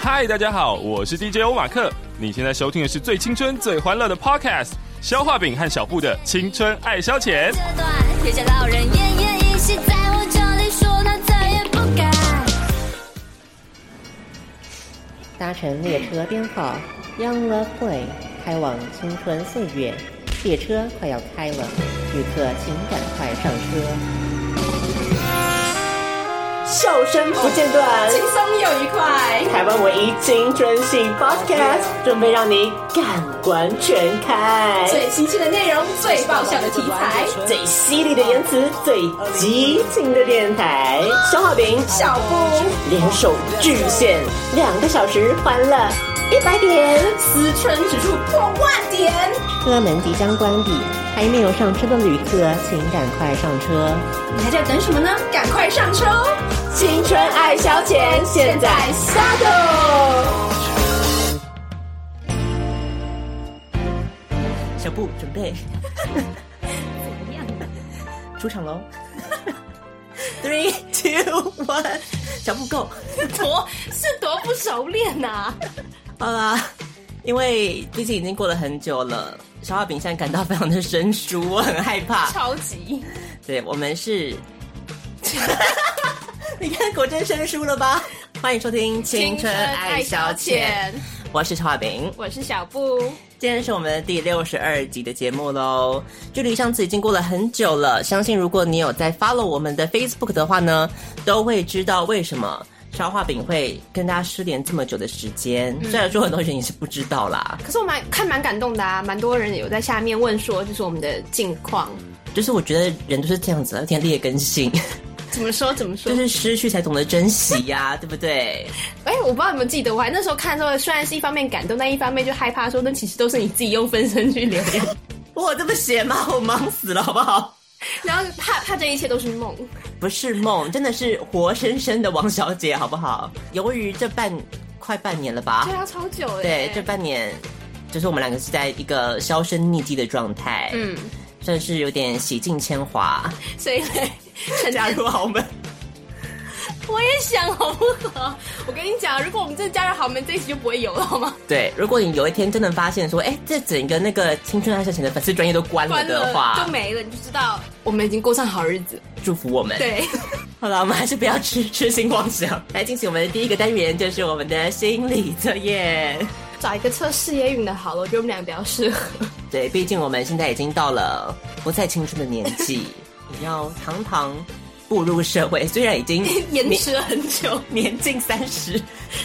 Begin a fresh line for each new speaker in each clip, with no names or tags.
嗨，大家好，我是 DJ 欧马克。你现在收听的是最青春、最欢乐的 Podcast，消化饼和小布的青春爱消遣。
这段有些老人奄奄一息，在我这里说他再也不敢。
搭乘列车编号 Young Love Way 开往青春岁月，列车快要开了，旅客请赶快上车。
笑声不间断，
轻松又愉快，
台湾唯一青春系 Podcast，准备让你感官全开，
最新鲜的内容，最爆笑的题材，
最犀利的言辞，最激情的电台，小好饼
小布
联手巨献两个小时，欢乐一百点。
思春指数破万点，
车门即将关闭，还没有上车的旅客请赶快上车。
你还在等什么呢？赶快上车哦！青春爱消遣，现在下购。
小布准 备
怎样？
出 场喽，three two one，小布 go。
多是多不熟练呐、
啊
好啦，因为毕竟已经过了很久了，小画饼现在感到非常的生疏，我很害 怕。
超级
对，我们是，你看果真生疏了吧？欢迎收听《青春爱消遣》，我是小画饼，
我是小布，
今天是我们的第六十二集的节目喽，距离上次已经过了很久了。相信如果你有在 follow 我们的 Facebook 的话呢，都会知道为什么烧画饼会跟大家失联这么久的时间。虽然说很多人也是不知道啦，
可是我蛮看蛮感动的啊，蛮多人有在下面问说，就是我们的近况
就是我觉得人都是这样子，有点劣根性，
怎么说怎么说
就。是失去才懂得珍惜呀、对不对？
哎、我不知道你们记得，我还那时候看的时候，虽然是一方面感动，但一方面就害怕说，那其实都是你自己用分身去留言，
我有这么写吗？我忙死了，好不好？
然后怕怕这一切都是梦。
不是梦，真的是活生生的王小姐，好不好？由于这半快半年了吧，
对啊，超久哎、
对，这半年就是我们两个是在一个销声匿迹的状态，
嗯，
算是有点洗尽铅 华，
所以嘞，陈
嫁
家
入豪门。
我也想好不好？我跟你讲，如果我们真的加入豪门，这一期就不会有了好吗？
对，如果你有一天真的发现说，哎，这整个那个青春爱消遣的粉丝专业都关了
关
的
了
话
就，没了，你就知道我们已经过上好日 子。
祝福我们。，
对，
好了，我们还是不要痴痴心妄想，来进行我们的第一个单元，就是我们的心理测验。
找一个测事业运的好了，我觉得我们俩比较适合。
对，毕竟我们现在已经到了不再青春的年纪， 也要堂堂步入社会，虽然已经
延迟了很久，
年近三十。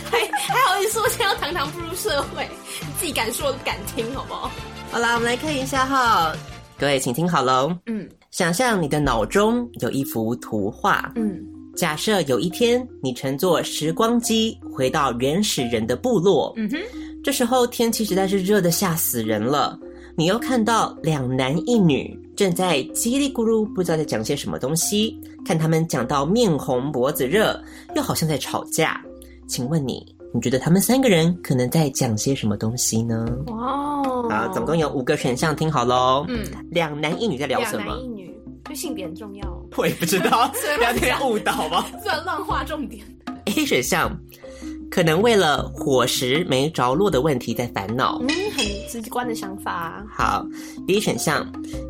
还还好意思说现在要堂堂步入社会，你自己敢说我都不敢听，好不好？
好啦，我们来看一下哈，各位请听好喽。
嗯
想象你的脑中有一幅图画，
嗯
假设有一天你乘坐时光机回到原始人的部落，
嗯哼，
这时候天气实在是热得吓死人了，你又看到两男一女正在叽里咕噜，不知道在讲些什么东西，看他们讲到面红脖子热，又好像在吵架。请问你，你觉得他们三个人可能在讲些什么东西呢？
哇哦
啊，总共有五个选项，听好喽。
嗯，
两男一女在聊
两
什
男
么
一？女，就性别很重要哦，
我也不知 道
随，
聊
便
天误导吧。
不然乱画重点。
A 选项可能为了伙食没着落的问题在烦恼。
嗯，很直观的想法、啊。
好，B 选项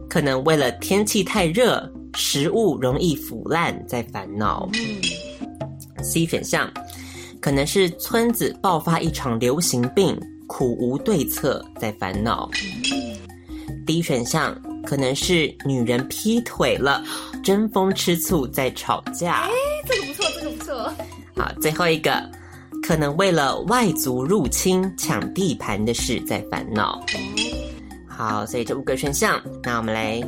可能为了天气太热，食物容易腐烂在烦恼。C 选项可能是村子爆发一场流行病，苦无对策在烦恼。D 选项可能是女人劈腿了，争风吃醋在吵架。
哎这个不错，这个不错。
好，最后一个可能为了外族入侵抢地盘的事在烦恼。好，所以这五个选项，那我们来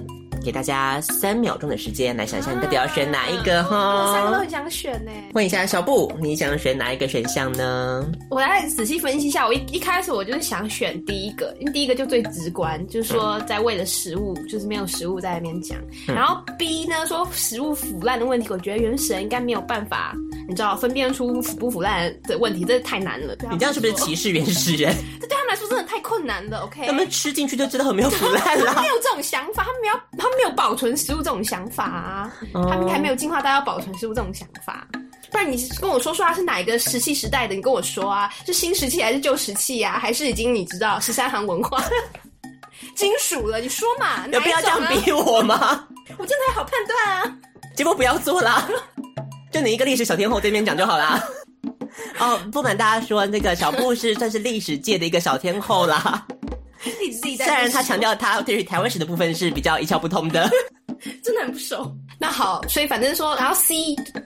给大家三秒钟的时间来想象，你到底要选哪一个
嗯我啊三个都
哈
很？想选呢、
问一下小布，你想选哪一个选项呢？
我来仔细分析一下。我一一开始我就是想选第一个，因为第一个就最直观，就是说
嗯
在为了食物，就是没有食物在那边讲。然后 B 呢说食物腐烂的问题，我觉得原始人应该没有办法，你知道分辨出腐不腐烂的问题，这太难了。对他们
你这样是不是
来说
歧视原始 人？
这对他们来说真的太困难了。OK，
他们吃进去就知道有没有腐烂
他们
啦
没。有这种想法，他们没有，他们没有保存食物这种想法、啊，
哦
他们还没有进化到要保存食物这种想法。不然你跟我说说它是哪一个石器时代的，你跟我说啊，是新石器还是旧石器呀、还是已经你知道十三行文化 金属了？你说嘛，
有必要这样
哪一种啊
逼我吗？
我真的还好判断啊。
结果不要做啦， 就你一个历史小天后这边讲就好啦。哦，不瞒大家说，那个小布是算是历史界的一个小天后啦。
你自己在
虽
那边
然他强调他对于台湾史的部分是比较一窍不通的，
真的很不熟。那好，所以反正说，然后 C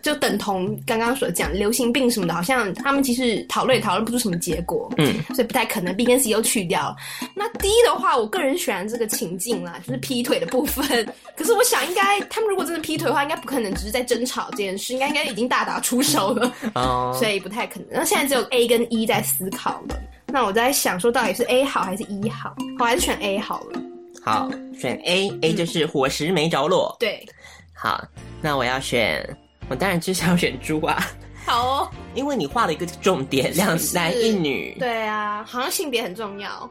就等同刚刚所讲流行病什么的，好像他们其实讨论也讨论不出什么结果，
嗯，
所以不太可能 B 跟 C 又去掉。那 D 的话，我个人喜欢这个情境啦，就是劈腿的部分。 可是我想，应该他们如果真的劈腿的话，应该不可能只是在争吵这件事，应该应该已经大打出手了。
哦，
所以不太可能。那现在只有 A 跟 E 在思考了。那我在想说，到底是 A 好还是 E 好？我还是选 A 好了。
好选 A，A 就是火石没着落。
对，
好，那我要选，我当然就是要选猪啊，
好哦。
因为你画了一个重点，两
是
男一女。
对啊，好像性别很重要。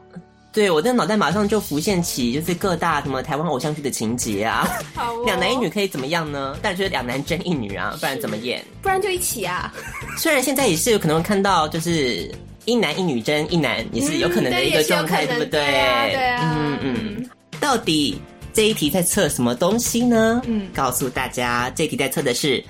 对，我的脑袋马上就浮现起就是各大什么台湾偶像剧的情节啊，
好、哦，
两男一女，可以怎么样呢？当然就是两男争一女啊，不然怎么演？
不然就一 起啊。
虽然现在也是有可能会看到，就是一男一女争一男，也是有可能的一
嗯对也
个
是有
状态，
可能
不对？
对啊对啊
嗯嗯。到底这一题在测什么东西呢？嗯，告诉大家，这一题在测的是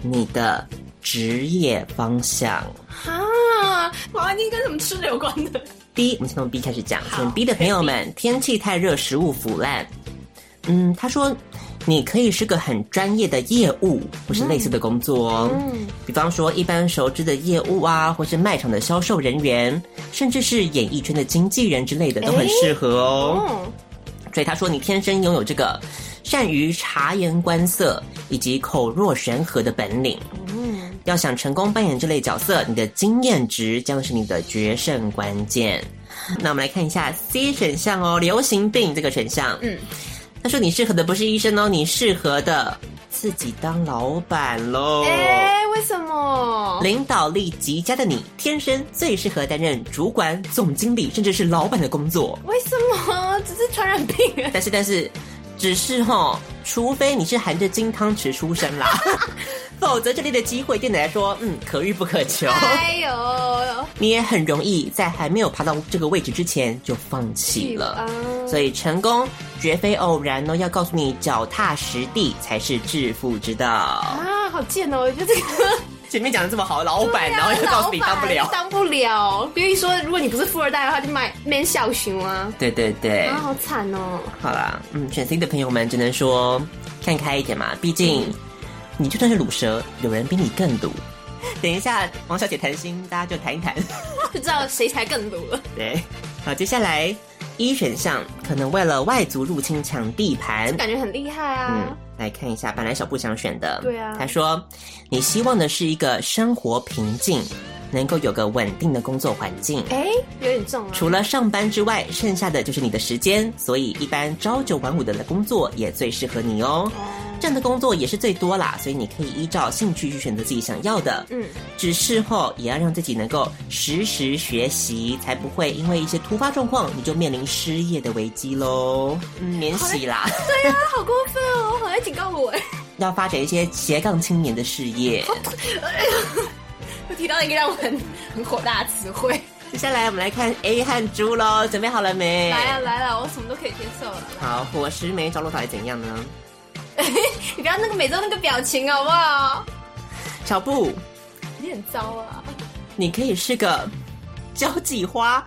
你的职业方向。
啊，哇，你跟什么吃的有关的？
第一，我们先从 B 开始讲。
好
选 B 的朋友们，天气太热，食物腐烂。嗯，他说你可以是个很专业的业务或是类似的工作哦。比方说一般熟知的业务啊，或是卖场的销售人员，甚至是演艺圈的经纪人之类的，都很适合哦。
哦，
所以他说你天生拥有这个善于察言观色以及口若悬河的本领。
嗯
要想成功扮演这类角色，你的经验值将是你的决胜关键。那我们来看一下 C 选项哦，流行病这个选项。
嗯，
他说你适合的不是医生哦，你适合的自己当老板喽。
哎、为什么？
领导力极佳的你，天生最适合担任主管、总经理，甚至是老板的工作。
为什么？只是传 染病哎。
但是但是，只是哈，除非你是含着金汤匙出生 啦，否则这类的机会对你来说，嗯，可遇不可求。
哎呦，
你也很容易在还没有爬到这个位置之前就放弃了。
啊
所以成功绝非偶然哦，要告诉你脚踏实地才是致富之道。
啊，好贱哦！我觉得 这个
前面讲的这么好，老板，哎然后又告诉你当不
啊老
了
板。哎当不了。比如说，如果你不是富二代的话，就买免小熊啊。
对对对，
啊，好惨哦！
好啦，嗯，选 C 的朋友们只能说看开一点嘛，毕竟你就算是卤蛇，有人比你更卤。 等一下，王小姐谈心，大家就谈一 谈。
就知道谁才更毒了。
对，好，接下来一选项可能为了外族入侵抢地盘，
感觉很厉害
嗯
啊。，
来看一下，本来小布想选的，
对啊
他说你希望的是一个生活平静，能够有个稳定的工作环境。
哎、有点重啊。
除了上班之外，剩下的就是你的时间，所以一般朝九晚五的工作也最适合你哦。这样的工作也是最多啦，所以你可以依照兴趣去选择自己想要的。
嗯，
只是后也要让自己能够时时学习，才不会因为一些突发状况你就面临失业的危机喽。嗯，免洗啦，
对啊，好过分哦！好像警告我哎。
要发展一些斜杠青年的事业。
我提到一个让我很很火大的词汇，
接下来我们来看 A 和猪喽，准备好了没？
来啊来啊，我什么都可以接受了。
好，伙食没着落到底怎样呢？
你不要那个每周那个表情好不好？
小布，
你很糟啊，
你可以是个交际花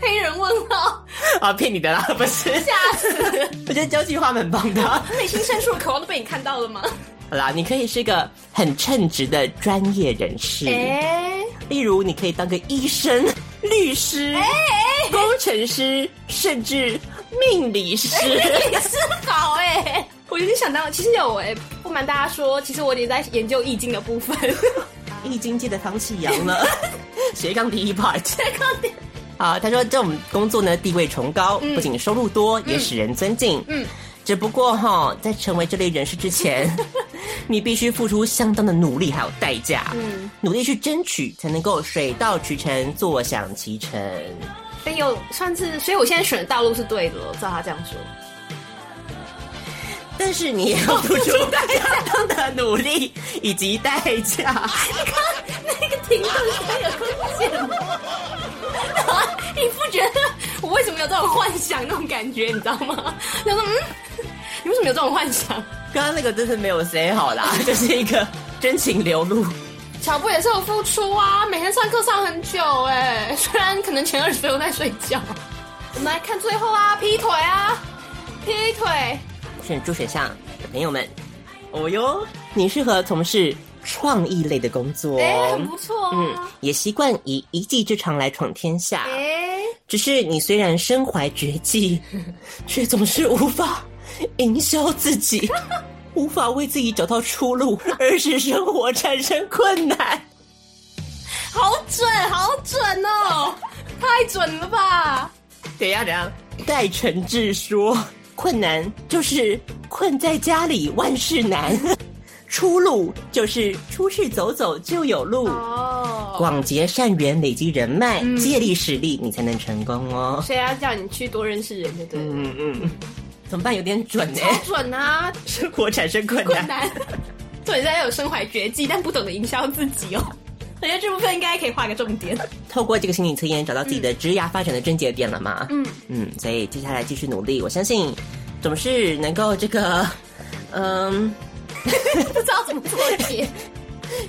黑人问号，
啊，骗你的啦， 不是？
吓死！
我觉得交际花蛮棒的。
内心深处的渴望都被你看到了吗？
好啦，你可以是个很称职的专业人士，
哎
例如你可以当个医生、律师、工程师，甚至命理师。
也是好哎、我有点想到，其实有哎、不瞒大家说，其实我也在研究易经的部 分。
易经界的唐启阳 了，斜杠第一 part，斜杠第。好，他说这种工作呢，地位崇高，不仅收入多，也使人尊敬。嗯，只不过哈，在成为这类人士之 前，你必须付出相当的努力还有代价。嗯，努力去争取，才能够水到渠成，坐享其成。
但有算是，所以我现在选的道路是对的了，照他这样说。
但是你也要付出相当的努力以及代价。
那个停顿太有空间了。 然后嗯你不觉得我为什么有这种幻想那种感觉，你知道吗？他说嗯，你为什么有这种幻想？
刚刚那个真是没有 say 好啦，就是一个真情流露。
小布也是有付出啊，每天上课上很久哎、 虽然可能前二十分钟在睡觉。我们来看最后啊，劈腿啊，劈腿，
选猪选项的朋友们，哦哟，你适合从事创意类的工作，哦
哎、很不错
嗯
啊，，
也习惯以一技之长来闯天下。
哎、
只是你虽然身怀绝 技，却总是无法营销自己， 无法为自己找到出路，而使生活产生困难。
好准，好准 哦，太准了吧？
等一下，等一下，戴承志说，困难就是困在家里万事难， 出路就是出去走走就有路。
哦，嗯
广结善缘，累积人脉，借力使力，你才能成功哦。
所以要叫你去多认识人，对不对了？
嗯嗯，怎么办？有点准呢、
好准啊，
生活产生
困难。 重点是他有身怀绝技，但不懂得营销自己哦。我觉得这部分应该可以画个重 点。
透过这个心理测验找到自己的职涯发展的症结点了嘛？嗯嗯，所以接下来继续努力，我相信总是能够这个，嗯，
不知道怎么做结。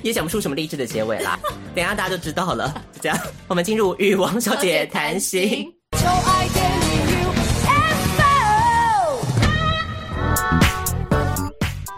也讲不出什么励志的结尾啦。 等一下大家就知道了。就这样，我们进入与王小
呃
姐谈心。
就爱给你 UFO。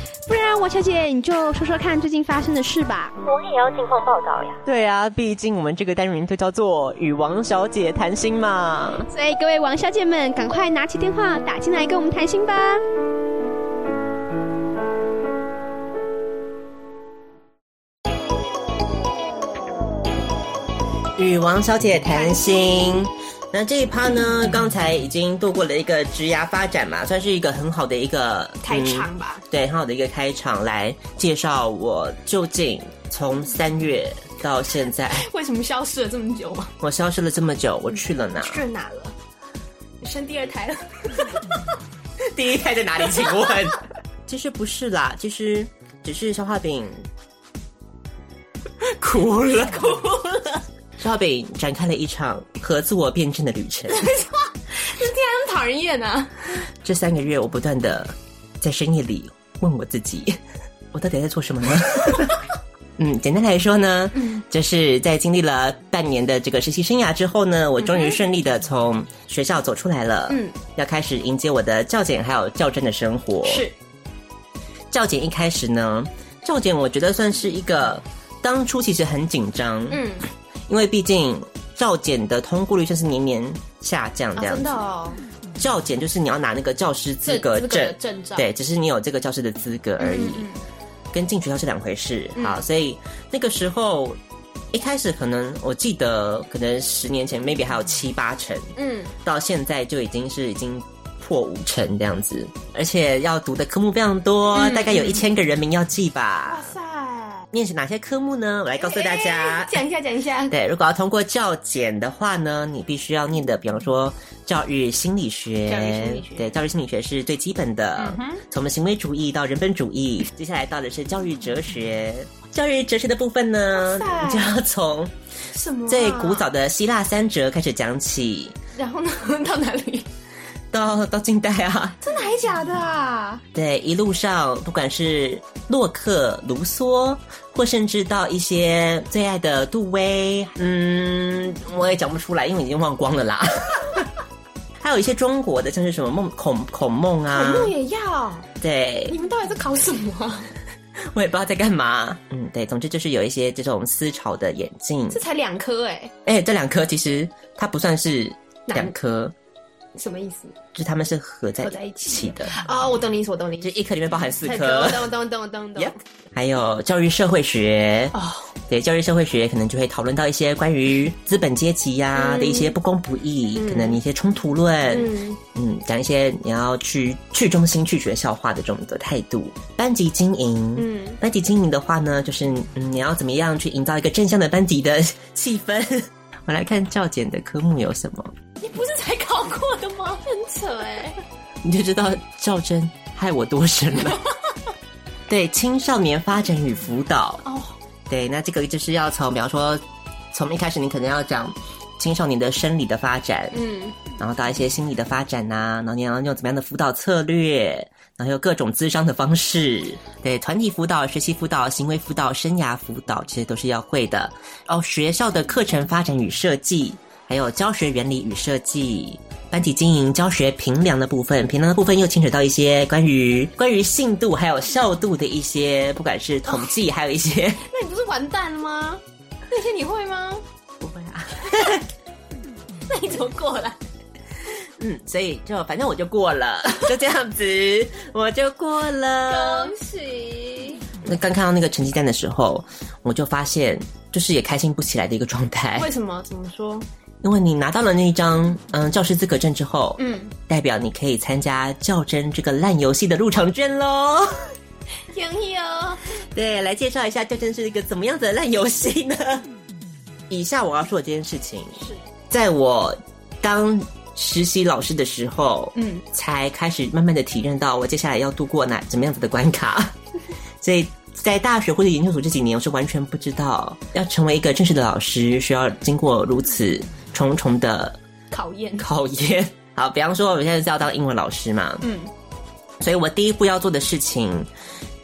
不然啊王小姐你就说说看最近发生的事吧。
我也要近况报道呀。
对啊，毕竟我们这个单元就叫做与王小姐谈心嘛。
所以各位王小姐们，赶快拿起电话打进来跟我们谈心吧。
与王小姐谈心。那这一趴呢，刚才已经度过了一个职涯发展嘛，算是一个很好的一个
开
嗯
场吧。
对，很好的一个开场来介绍我究竟从三月到现在，
为什么消失了这么久啊？
我消失了这么久，我去了哪？
去哪了？你生第二胎了？
第一胎在哪里？请问？ 其实不是啦，其实只是消化饼 哭了，哭了。消化饼展开了一场和自我辩证的旅程。
这天啊那么讨人厌啊！
这三个月，我不断的在深夜里问我自己， 我到底在做什 么呢？嗯，简单来说呢，
嗯
就是在经历了半年的这个实习生涯之后呢，我终于顺利的从学校走出来了，
嗯，
要开始迎接我的教检还有教甄的生活。
是
教检一开始呢，教检我觉得算是一个当初其实很紧张，
嗯，
因为毕竟教检的通过率算是年年下降这样子。
哦，
教检就是你要拿那个教师资
这
格
资格
证
的，证照嗯
对，只是你有这个教师的资格而已，跟进学校是两回事。好，所以那个时候一开始可能我记得，可能十年前 maybe 还有七八成，
嗯，
到现在就已经是已经破五成这样子，而且要读的科目非常多，
嗯
大概有一千个人名要记吧。
塞！哎
面试哪些科目呢？我来告诉大家。
讲一下，讲一下。
对，如果要通过教检的话呢，你必须要念的，比方说教育心理学，
教育心理学嗯
对，教育心理学是最基本的，从我们行为主义到人本主义，接下来到的是教育哲学。教育哲学的部分呢，
哇塞
你就要从
什么啊
最古早的希腊三哲开始讲起，
然后呢？ 到哪里？
到到近代啊，
真的还假的啊？
对，一路上不管是洛克、卢梭，或甚至到一些最爱的杜威，嗯，我也讲不出来，因为已经忘光了啦。 还有一些中国的，像是什么梦孔孔孟啊，
梦也要？
对
你，们到底在搞什么 啊？
我也不知道在干嘛。嗯，对，总之就是有一些这种思潮的眼镜
这。才两颗哎，
哎，这两颗其实它不算是两颗，
什么意思？
就是它们是合在
合在
一
一
起
起
的，
哦，我懂你意思，我懂你意
就
思。
一颗里面包含四
太
颗。
懂懂懂懂懂
Yep。还有教育社会学
哦，
对，教育社会学可能就会讨论到一些关于资本阶级呀、的一些不公不义，可能一些冲突论，
嗯
嗯，讲一些你要去去中心、去学校化的这种的态度。班级经营，
嗯，
班级经营的话呢，就是嗯，你要怎么样去营造一个正向的班级的 气氛？我来看教检的科目有什么，
你不是才考过的吗？很扯哎、
你就知道较真害我多深了。对青少年发展与辅导，
哦，
对，那这个就是要从，比方说，从一开始你可能要讲青少年的生理的发展，
嗯，
然后到一些心理的发展呐、然后你要用怎么样的辅导策略，然后有各种咨商的方式，对，团体辅导、学习辅导、行为辅导、生涯辅导，这些都是要会的。哦，学校的课程发展与设计，还有教学原理与设计。班级经营、教学评量的部分，评量的部分又牵扯到一些关于关于信度还有效度的一些，不管是统计，还有一些
那你不是完蛋了吗？ 那些你会吗？
不会啊。
那你怎么过来？
嗯，所以就反正我就过了，就这样子，我就过 了。
恭喜！
那刚看到那个成绩单的时候，我就发现就是也开心不起来的一个状态，
为什么？怎么说？
因为你拿到了那一张嗯教师资格证之后，
嗯，
代表你可以参加较真这个烂游戏的入场券喽。
杨毅哦，
对，来介绍一下较真是一个怎么样子的烂游戏呢？ 以下我要说的这件事情
是
在我当实习老师的时候，
嗯，
才开始慢慢的体认到我接下来要度过哪怎么样子的关卡， 所以。在大学或者研究所这几年，我是完全不知道要成为一个正式的老师，需要经过如此重重的
考验。
考验。好，比方说，我现在是要当英文老师嘛，
嗯，
所以我第一步要做的事情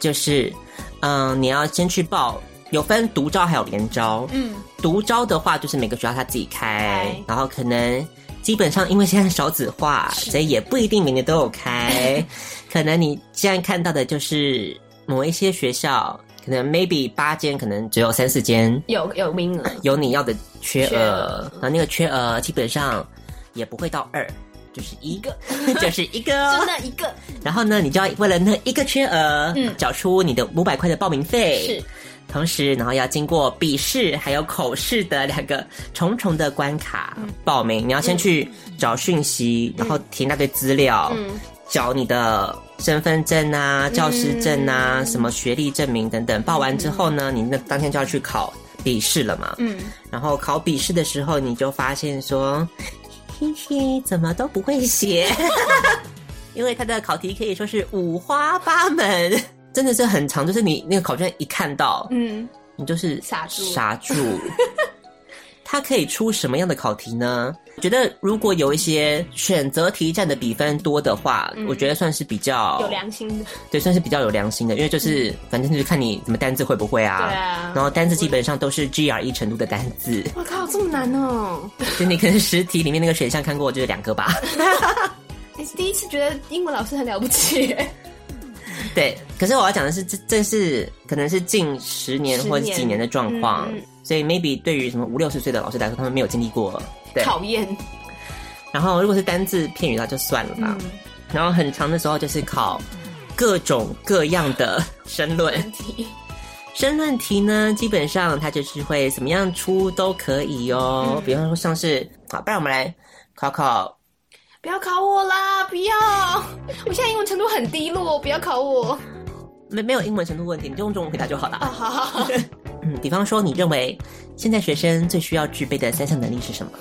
就是，嗯、你要先去报，有分独招还有联招。
嗯，
独招的话就是每个学校他自己开
开，
然后可能基本上因为现在少子化，所以也不一定每年都有 开。可能你现在看到的就是某一些学校，可能 maybe 八间，可能只有三四间
有有名额。
有你要的缺额，
缺额
然后那个缺额基本上也不会到二，就是一 个，就是一个、
就
哦。
那一个，
然后呢，你就要为了那一个缺额，
嗯
缴出你的五百块的报名费，
是，
同时然后要经过笔试还有口试的两个重重的关卡、
嗯
报名，你要先去找讯息，然后填那堆资料，
嗯
找你的身份证啊、教师证啊、什么学历证明等等。报完之后呢，你那当天就要去考笔试了嘛，
嗯，
然后考笔试的时候，你就发现说，嘿嘿，怎么都不会写， 因为它的考题可以说是五花八门，真的是很长，就是你那个考卷一看到，
嗯，
你就是
傻住
傻 住。它可以出什么样的考题呢？我觉得如果有一些选择题占的比分多的话，我觉得算是比较
嗯有良心的，
对，算是比较有良心的，因为就是、反正就是看你怎么单字会不会啊。
对啊
然后单字基本上都是 GRE 程度的单字，
我靠，这么难哦！
就你可能十题里面那个选项看过就是两个 吧。
你是 第一次觉得英文老师很了不起，
对，可是我要讲的是，这这是可能是近十年
十年
或者几年的状况，
嗯嗯
所以 maybe 对于什么五六十岁的老师来说，他们没有经历过。 对，
讨厌。
然后如果是单字片语，那就算了吧。然后很长的时候就是考各种各样的申论
嗯
题。申论题呢，基本上它就是会怎么样出都可以哦。比方说像是，好，不然我们来考考
不要考我啦！不要，我现在英文程度很低落，不要考我。
没没有英文程度问题，你就用中文回答就好了。
啊，好好好，
嗯，比方说，你认为现在学生最需要具备的三项能力是什么？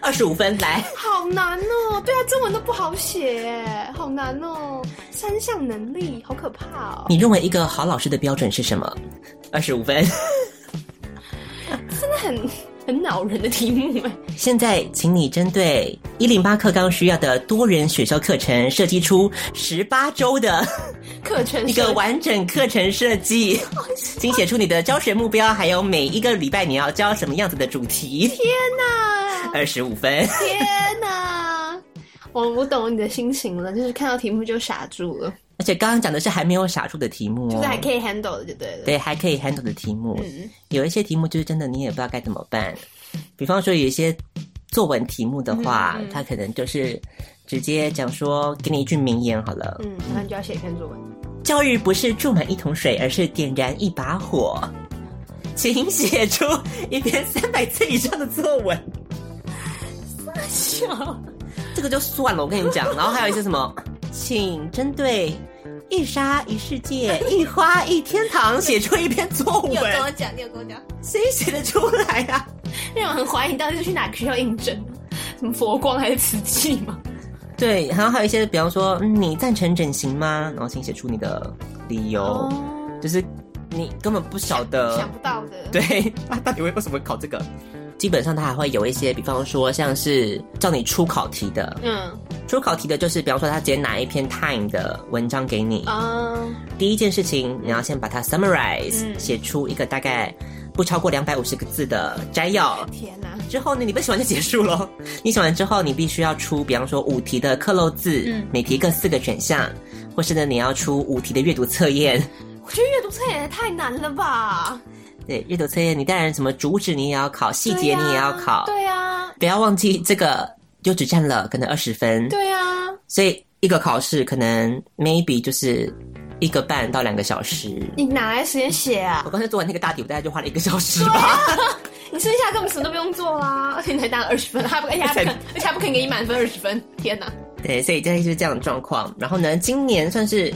二十五分，来，
好难哦。对啊，中文都不好写耶，好难哦。三项能力，好可怕哦。
你认为一个好老师的标准是什么？二十五分。
真的很很恼人的题目哎。
现在，请你针对一零八课纲需要的多元选修课程，设计出十八周 的
课程
一
设
个
计
完整课程设 计，请写出你的教学目标，还有每一个礼拜你要教什么样子的主题。
天哪！
二十五 分。
啊天哪！我我懂你的心情了，就是看到题目就傻住了，
而且刚刚讲的是还没有傻出的题目、哦，
就是还可以 handle 的就对了。
对，还可以
嗯
handle 的题目，有一些题目就是真的你也不知道该怎么办。比方说有一些作文题目的话，
嗯嗯
他可能就是直接讲说，给你一句名言好了。
嗯，然后你就要写一篇作文。
教育不是注满一桶水，而是点燃一把火。请写出一篇三百字以上的作文。这个就算了，我跟你讲。然后还有一些什么，请针对一沙一世界、一花一天堂写出一篇作
你有跟我
文，
讲，你有跟我讲，
谁写得出来啊？
让我很怀疑你到底是去哪个学校应征，什么佛光还是慈济吗？
对，然后还有一些，比方说嗯你赞成整形吗？然后请写出你的理由，就是你根本不晓得
哦想不到 的。，
对，啊那到底为为什么考这个？基本上它还会有一些，比方说像是叫你出考题的，
嗯
出考题的就是，比方说他直接拿一篇 Time 的文章给你，
啊，
第一件事情你要先把它 summarize，、
嗯
写出一个大概不超过两百五十个字的摘要。
天哪！
之后呢，你不喜欢就结束喽。 你写完之后，你必须要出，比方说五题的克漏字，
嗯
每题各四个选项，或是呢，你要出五题的阅读测验。
我觉得阅读测验也太难了吧？
对，阅读测验你当然什么主旨你也要考，细节你也要考。
对啊，
不要忘记这个就只占了可能二十分，
对啊，
所以一个考试可能 maybe 就是一个半到两个小时。
你哪来时间写啊
我？刚才做完那个大题，我大概就花了一个小时吧。
你剩下根本什么都不用做啦，而且你才拿二十分，他不，而且他不肯， 而且他不肯给你满分二十分，天哪！
对，所以大概就是这样的状况。然后呢，今年算是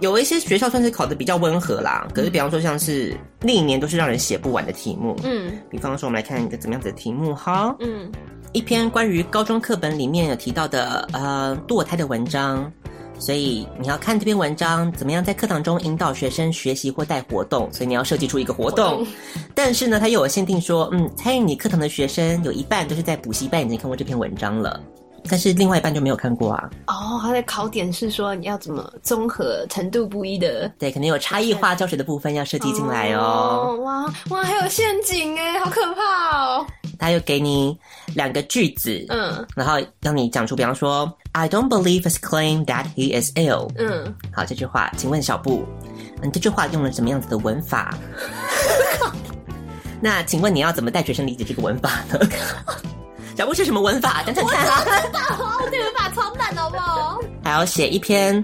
有一些学校算是考的比较温和啦，可是比方说像是历年都是让人写不完的题目。
嗯
比方说，我们来看一个怎么样子的题目哈，
嗯，
一篇关于高中课本里面有提到的呃堕胎的文章，所以你要看这篇文章怎么样在课堂中引导学生学习或带活动，所以你要设计出一个活动。
活动
但是呢，它又有限定说，嗯，参与你课堂的学生有一半都是在补习班已经看过这篇文章了，但是另外一半就没有看过啊。
哦，他的考点是说你要怎么综合程度不一的
对，可能有差异化教学的部分要设计进来哦。
哇哇，还有陷阱哎，好可怕哦！
它又给你两个句子，
嗯
然后让你讲出，比方说，I don't believe his claim that he is ill。
嗯，
好，这句话，请问小布，嗯，这句话用了什么样子的文法？ 那请问你要怎么带学生理解这个文法呢？ 小布是什么文法？等等看啊，
哦， 这个法超难，好不好？
还要写一篇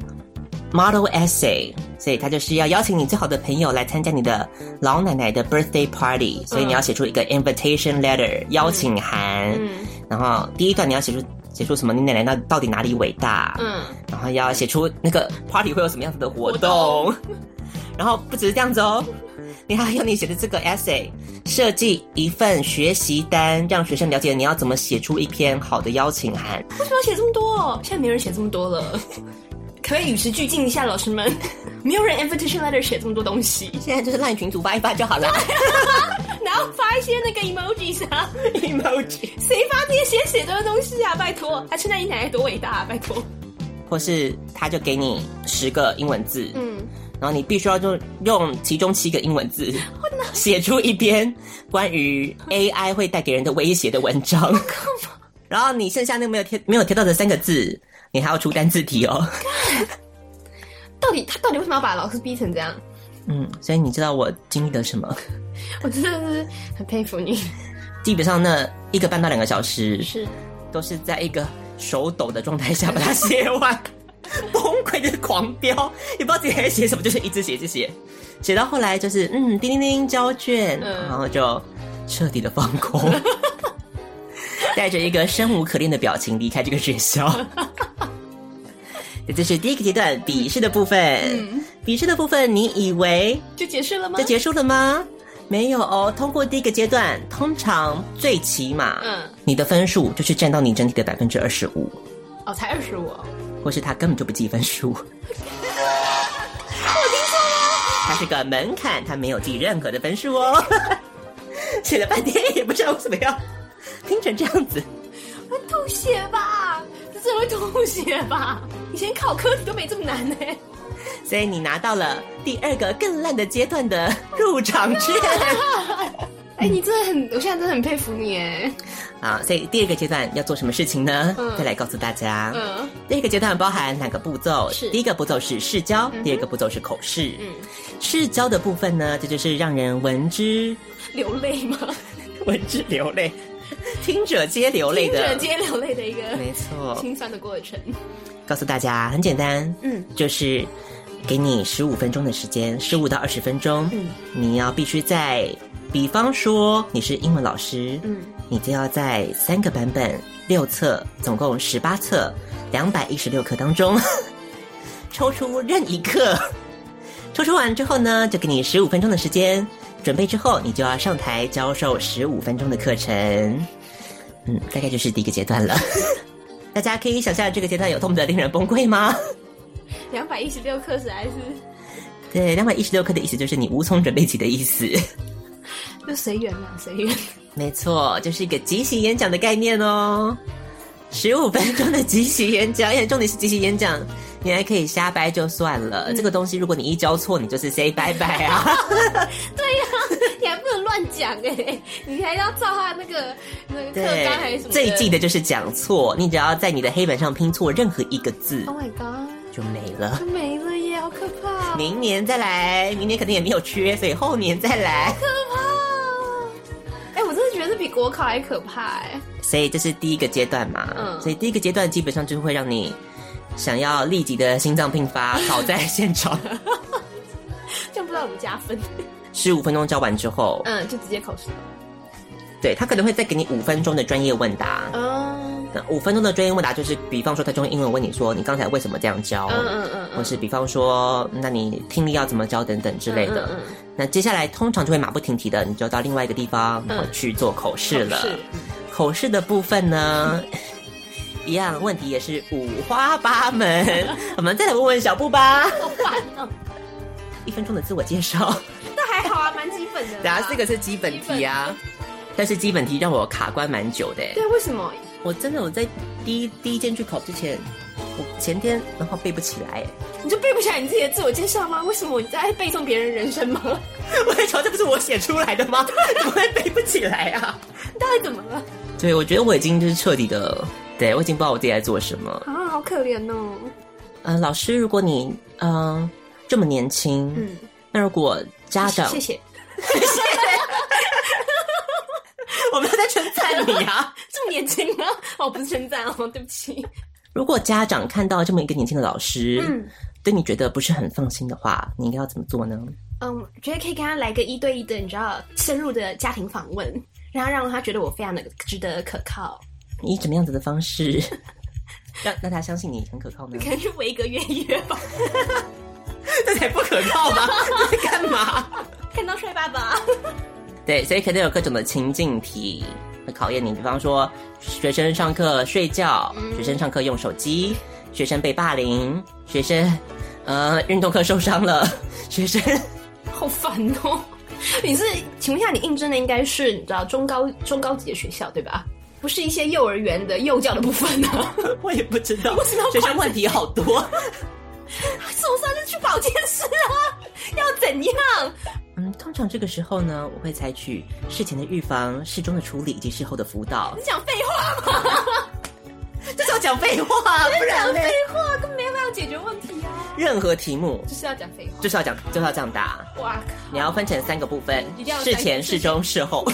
model essay，所以他就是要邀请你最好的朋友来参加你的老奶奶的 birthday party，所以你要写出一个 invitation letter 邀请函，
嗯
然后第一段你要写出写出什么？你奶奶到到底哪里伟大？
嗯，
然后要写出那个 party 会有什么样子的活动，
活
然后不只是这样子哦，你还要用你写的这个 essay 设计一份学习单，让学生了解你要怎么写出一篇好的邀请函。
为什么要写这么多？现在没人写这么多了， 可不可以与时俱进一下，老师们？ 没有人 invitation letter 写这么多东西，
现在就是烂群组发一发就好了。
然后发一些那个 emojis 啊，
emoji，
谁发这些写写的东西啊？拜托，他现在你奶奶多伟大、啊，拜托。
或是他就给你十个英文字，
嗯，
然后你必须要就用其中七个英文字写出一篇关于 AI 会带给人的威胁的文章。然后你剩下那个没有贴没有贴到的三个字，你还要出单字题哦。
到底他到底为什么要把老师逼成这样？
嗯，所以你知道我经历了什么？
我真的是很佩服你。
基本上那一个半到两个小时
是，
都是在一个手抖的状态下把它写完， 崩溃就是狂飙，也不知道自己在写什么，就是一直写一直写，写到后来就是嗯叮叮叮交卷，
嗯
然后就彻底的放空，带着一个生无可恋的表情离开这个学校。这是第一个阶段笔试的部分，笔试的部分你以为
就解释了吗
就？结束了吗？没有哦，通过第一个阶段，通常最起码，
嗯
你的分数就是占到你整体的百分之二十五，
哦，才二十五。
或是他根本就不计分数。我听错了，它是个门槛，它没有计任何的分数 哦。写了半天也不知道为什么要听成这样子。
会吐血吧？这真的会吐血吧？以前考科题都没这么难呢、
所以你拿到了第二个更烂的阶段的入场券
哎、你真的很，我现在真的很佩服你 哎。
啊！所以第二个阶段要做什么事情呢？
嗯
再来告诉大家。
嗯
第一个阶段包含哪个步骤？
是
第一个步骤是试教，第二个步骤是口试。
嗯，
试教的部分呢，这就是让人闻之
流泪吗？
闻之流泪，听者皆流泪
听者
的，
皆流泪的一
没
个
错。
心酸的过程。
告诉大家很简单，
嗯，
就是给你十五分钟的时间，十五到二十分钟，
嗯，
你要必须在，比方说你是英文老师，
嗯，
你就要在三个版本六册，总共十八册，两百一十六课当中 抽出任一课， 抽出完之后呢，就给你十五分钟的时间准备，之后你就要上台教授十五分钟的课程，嗯，大概就是第一个阶段了。大家可以想象这个阶段有多么的令人崩溃吗？
两百一十六克实在是
对，两百一十六课的意思就是你无从准备起的意思。
就随缘嘛，随缘。
没错，就是一个即席演讲的概念哦。十五分钟的即席演讲，而且重点是即席演讲，你还可以瞎掰就算了。
嗯
这个东西，如果你一交错，你就是 say 拜拜 啊。
对呀、你还不能乱讲哎、你还要照他那个那个课纲还是什么的？
最忌的就是讲错，你只要在你的黑板上拼错任何一个字
Oh my god，
就没了。
就没了耶，好可怕、哦！
明年再来，明年肯定也没有缺，所以后年再来。
可怕哦！哎、我真的觉得这比国考还可怕哎、
所以这是第一个阶段嘛。
嗯
所以第一个阶段基本上就会让你想要立即的心脏病发，倒在现 场。
这样不知道有没有加分。
十五分钟教完之后，
嗯，就直接口试。
对他可能会再给你五分钟的专业问答。
嗯
那五分钟的专业问答就是，比方说他就用英文问你说你刚才为什么这样教，
嗯嗯嗯嗯
或哦是比方说那你听力要怎么教等等之类的。
嗯嗯
那接下来通常就会马不停蹄的，你就到另外一个地方、然后去做口试了。
嗯口试嗯
口试的部分呢， 一样问题也是五花八门。我们再来问问小布吧，
好烦哦！
一分钟的自我介 绍。
那还好啊，蛮基本的啦。
然后这个是基本题啊，但是基本题让我卡关蛮久的欸。
对，为什么？
我真的我在第一第一天去考之前，我前天然后背不起 来欸。
你就背不起来你自己的自我介绍吗？为什么你在背诵别人人生吗？
我在想这不是我写出来的吗？ 怎么会背不起来啊？
你到底怎么了？
对，我觉得我已经就是彻底的，对我已经不知道我自己在做什么。
啊，好可怜哦。
呃，老师，如果你嗯、呃这么年轻，
嗯，
那如果家长，
谢谢。
我没有在称赞你啊。
这么年轻吗？哦，不是称赞哦，对不起。
如果家长看到这么一个年轻的老师，
嗯
对你觉得不是很放心的话，你应该要怎么做呢？
嗯，我觉得可以跟他来个一对一的，你知道，深入的家庭访问，然后让他觉得我非常的值得可靠，
你以什么样子的方式 让让他相信你很可靠 呢
可？能是维格约一约吧，
这才不可靠吧？ 这在干嘛？
看到帅爸爸。
对，所以肯定有各种的情境题会考验你，比方说学生上课睡觉，学生上课用手机，学生被霸凌，学生呃运动课受伤了， 学生
好烦哦！ 你是，请问一下，你应征的应该是你知道中高中高级的学校对吧？不是一些幼儿园的幼教的部分 呢、啊？
我也不知道
我知道
学生问题好多。
受伤就去保健室啊，要怎样？
嗯，通常这个时候呢，我会采取事前的预防、事中的处理以及事后的辅导
你。讲废话吗？
这叫讲废话，不然
讲
呢
废话，根本没办法解决问题啊！
任何题目
就是要讲废话。
就是要讲，就是要这样答。
哇靠！
你要分成三个部分
一定要：有
事
三个
前、事中、事后，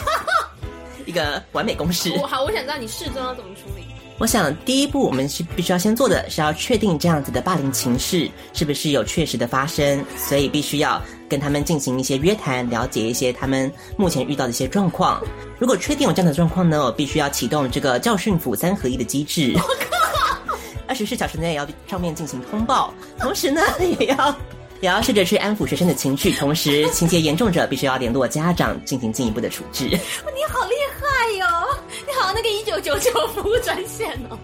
一个完美公式。
我好，我想知道你事中要怎么处理。
我想，第一步我们是必须要先做的是要确定这样子的霸凌情势是不是有确实的发生，所以必须要跟他们进行一些约谈，了解一些他们目前遇到的一些状况。如果确定有这样的状况呢，我必须要启动这个教训辅三合一的机制。二十四小时内也要上面进行通报，同时呢也要。也要试着去安抚学生的情绪，同时情节严重者必须要联络家长进行进一步的处置。
你好厉害哟、你好，那个一九九九服务专线哦，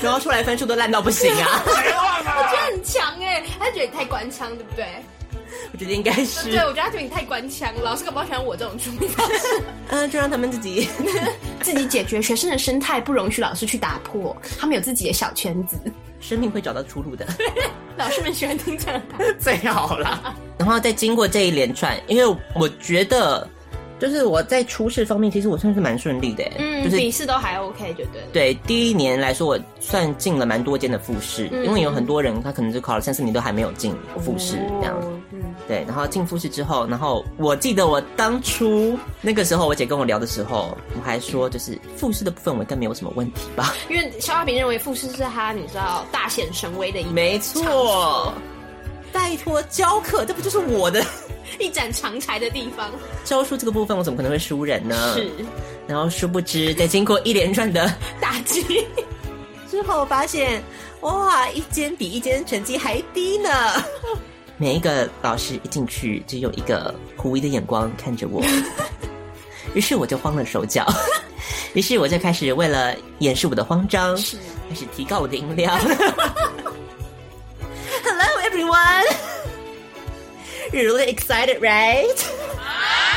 然后出来分数都烂到不行啊！
我觉得很强哎、他觉得你太官腔，对不对？
我觉得应该是
对，我觉得他觉得你太官腔，老师可不好喜欢我这种处理方式。
嗯，就让他们自己。
自己解决学生的生态，不容许老师去打破，他们有自己的小圈子。
生命会找到出路 的，
老师们喜欢听这样的，
最好啦。然后再经过这一连串，因为我觉得就是我在初试方面，其实我算是蛮顺利的、欸
嗯，
就是
笔试都还 OK 就对了。
对第一年来说，我算进了蛮多间的复试，
嗯
因为有很多人他可能就考了三四年都还没有进复试这样子。
哦嗯
对，然后进复试之后，然后我记得我当初那个时候，我姐跟我聊的时候，我还说就是复试的部分我应该没有什么问题吧？
因为肖亚平认为复试是他你知道大显神威的一面
没错，拜托教课，这不就是我的
一展长才的地方。
教书这个部分，我怎么可能会输人呢？
是。
然后殊不知，在经过一连串的
打击，
之后发现，哇，一间比一间成绩还低呢。 每一个老师一进去，只有一个狐疑的眼光看 着我，于是我就慌了手 脚，于是我就开始为了掩饰我的慌张，开始提高我的音量。Hello everyone, you're really excited, right?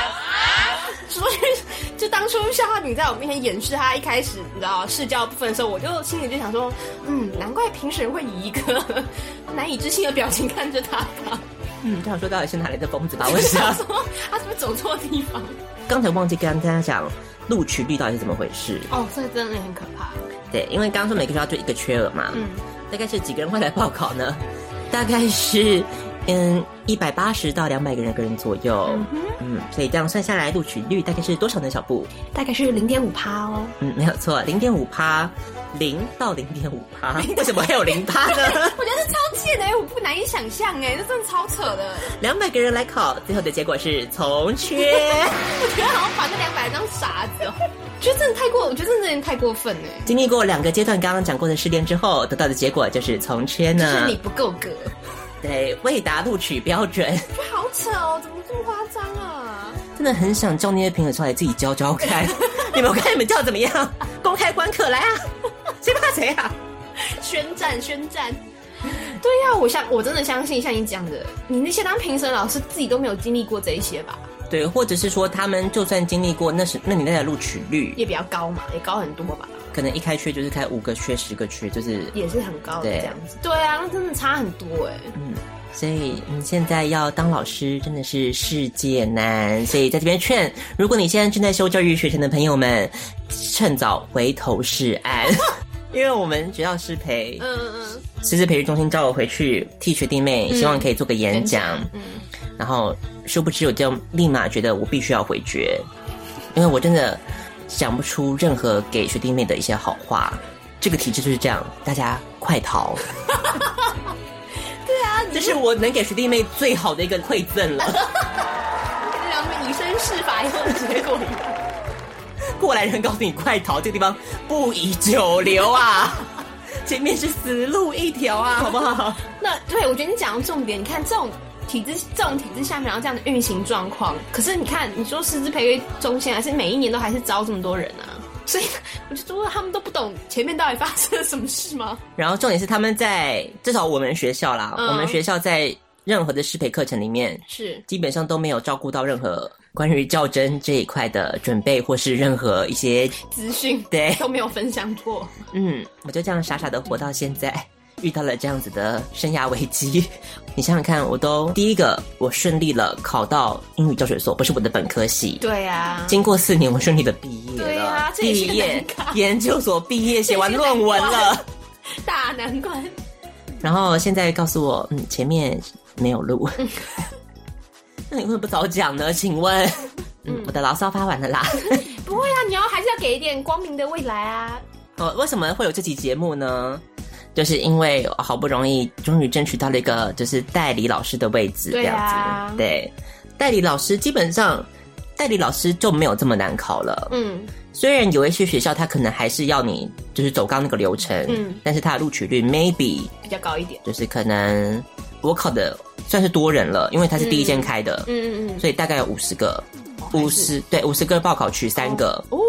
所以就当初肖浩敏在我面前演示他一开始你知道试教部分的时候，我就心里就想说，嗯，难怪评审会以一个 难以置信的表情看着他吧。
嗯，这样说到底是哪里的疯子吧？
我
我
想
想。
说，他是不是走错地方？
刚才忘记跟大家讲录取率到底是怎么回事。
哦，这真的很可怕。
对，因为刚刚说每个学校就一个缺额嘛，
嗯，
大概是几个人会来报考呢？ 大概是嗯一百八十到两百个人个人左右。嗯，所以这样算下来，录取率大概是多少呢？小布？
大概是零点五趴哦。
嗯，没有错，零点五趴，零到零点五趴。为什么会有零趴呢？
我觉得这超贱的、哎我不难以想象哎、这真的超扯的。
两百个人来考，最后的结果是从 缺。
我觉得好像把那两百当傻子哦、我觉得真的太过，我觉得真的有点太过分哎、
经历过两个阶段刚刚讲过的失恋之后，得到的结果就是从缺
就
呢
是。你不够格，
对，未达录取标准。
我觉得好扯哦，怎么这么夸张啊？
真的很想叫那些评委出来自己教教看， 你们我看你们教怎么样？公开观课来啊！谁怕谁啊？
宣战宣战。 对呀、我相我真的相信像你讲的，你那些当评审老师自己都没有经历过这一些吧，
对，或者是说他们就算经历过那时那年代的录取率，
也比较高嘛，也高很多吧，
可能一开缺就是开五个缺、十个缺，就是
也是很高的
对
这样子。对啊，那真的差很多哎、
所以你现在要当老师真的是世界难，所以在这边劝，如果你现在正在修教育学程的朋友们，趁早回头是 岸，因为我们学校师培，
嗯嗯
师资培育中心叫我回去替学弟妹，希望可以做个演讲。然后殊不知我就立马觉得我必须要回绝，因为我真的想不出任何给学弟妹的一些好话。这个体制就是这样，大家快逃！对啊，这是我能给学弟妹最好的一个馈赠了。
嗯，跟两个以身试法以后的结果一样。
过来人告诉你快逃，这个地方不宜久留啊，前面是死路一条啊，好不好？
那对我觉得你讲到重点，你看这种。体制这种体制下面，然后这样的运行状况，可是你看，你说师资培育中心还是每一年都还是招这么多人啊，所以我就说他们都不懂前面到底发生了什么事吗？
然后重点是他们在至少我们学校啦，
嗯
我们学校在任何的师培课程里面，
是
基本上都没有照顾到任何关于较真这一块的准备，或是任何一些
资讯
对
都没有分享过，
嗯，我就这样傻傻的活到现在，遇到了这样子的生涯危机。 你想想看，我都第一个我顺利了考到英语教学所，不是我的本科系，
对啊，
经过四年，我顺利的毕业了，
对啊这也是
毕
个
业
难 关
研究所毕业，写完论文
这也是个难
了。
大难关，
然后现在告诉我，嗯，前面没有 路，那你为什么不早讲呢？请问，嗯，我的牢骚发完了 啦。
不会啊，你要还是要给一点光明的未来啊，
哦，为什么会有这期节目呢？就是因为好不容易终于争取到了一个就是代理老师的位置，这
对
样子。
啊
对，代理老师基本上。代理老师就没有这么难考了。
嗯，
虽然有一些学校他可能还是要你就是走刚那个流程，
嗯
但是他的录取率 maybe
比较高一点，
就是可能我考的算是多人了，因为它是第一间开的，
嗯嗯嗯，
所以大概有五十个，
还是
五十对五十个报考取三个，
哦，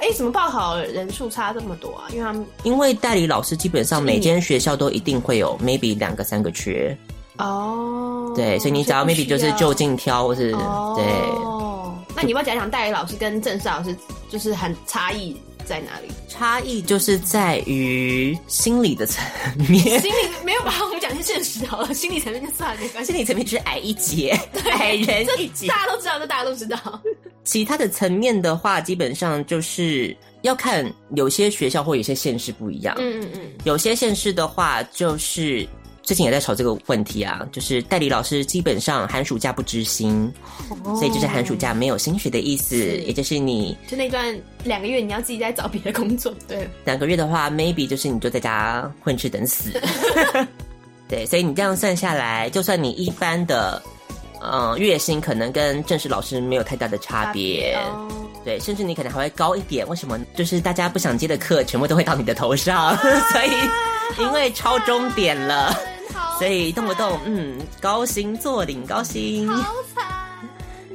哎，怎么报考人数差这么多啊？因为他们
因为代理老师基本上每间学校都一定会有 maybe 两个三个缺，
哦，
对，所以你只要 maybe 就是就近挑或是、
对
对。
哦，那你要不要讲讲代理老师跟正式老师就是很差异在 哪里？
差异就是在于心理的层面，
心理没有吧？我们讲些现实好了，心理层面就算了，没关系
心。理层面就是矮一截，矮人一
这
截。
大家都知道，这大家都知道。
其他的层面的话，基本上就是要看有些学校或有些县市不一样。
嗯嗯嗯，
有些县市的话，就是最近也在吵这个问题啊，就是代理老师基本上寒暑假不知薪，所以就是寒暑假没有薪水的意思，
是
也就是你
就那段两个月，你要自己再找别的工作。对，
两个月的话，maybe 就是你就在家混吃等死。对，所以你这样算下来，就算你一般的，嗯、月薪可能跟正式老师没有太大的差别，
哦
对，甚至你可能还会高一点。为什么？就是大家不想接的课，全部都会到你的头上， 所以因为超终点了，所以动不动嗯高薪坐领高薪，
好惨。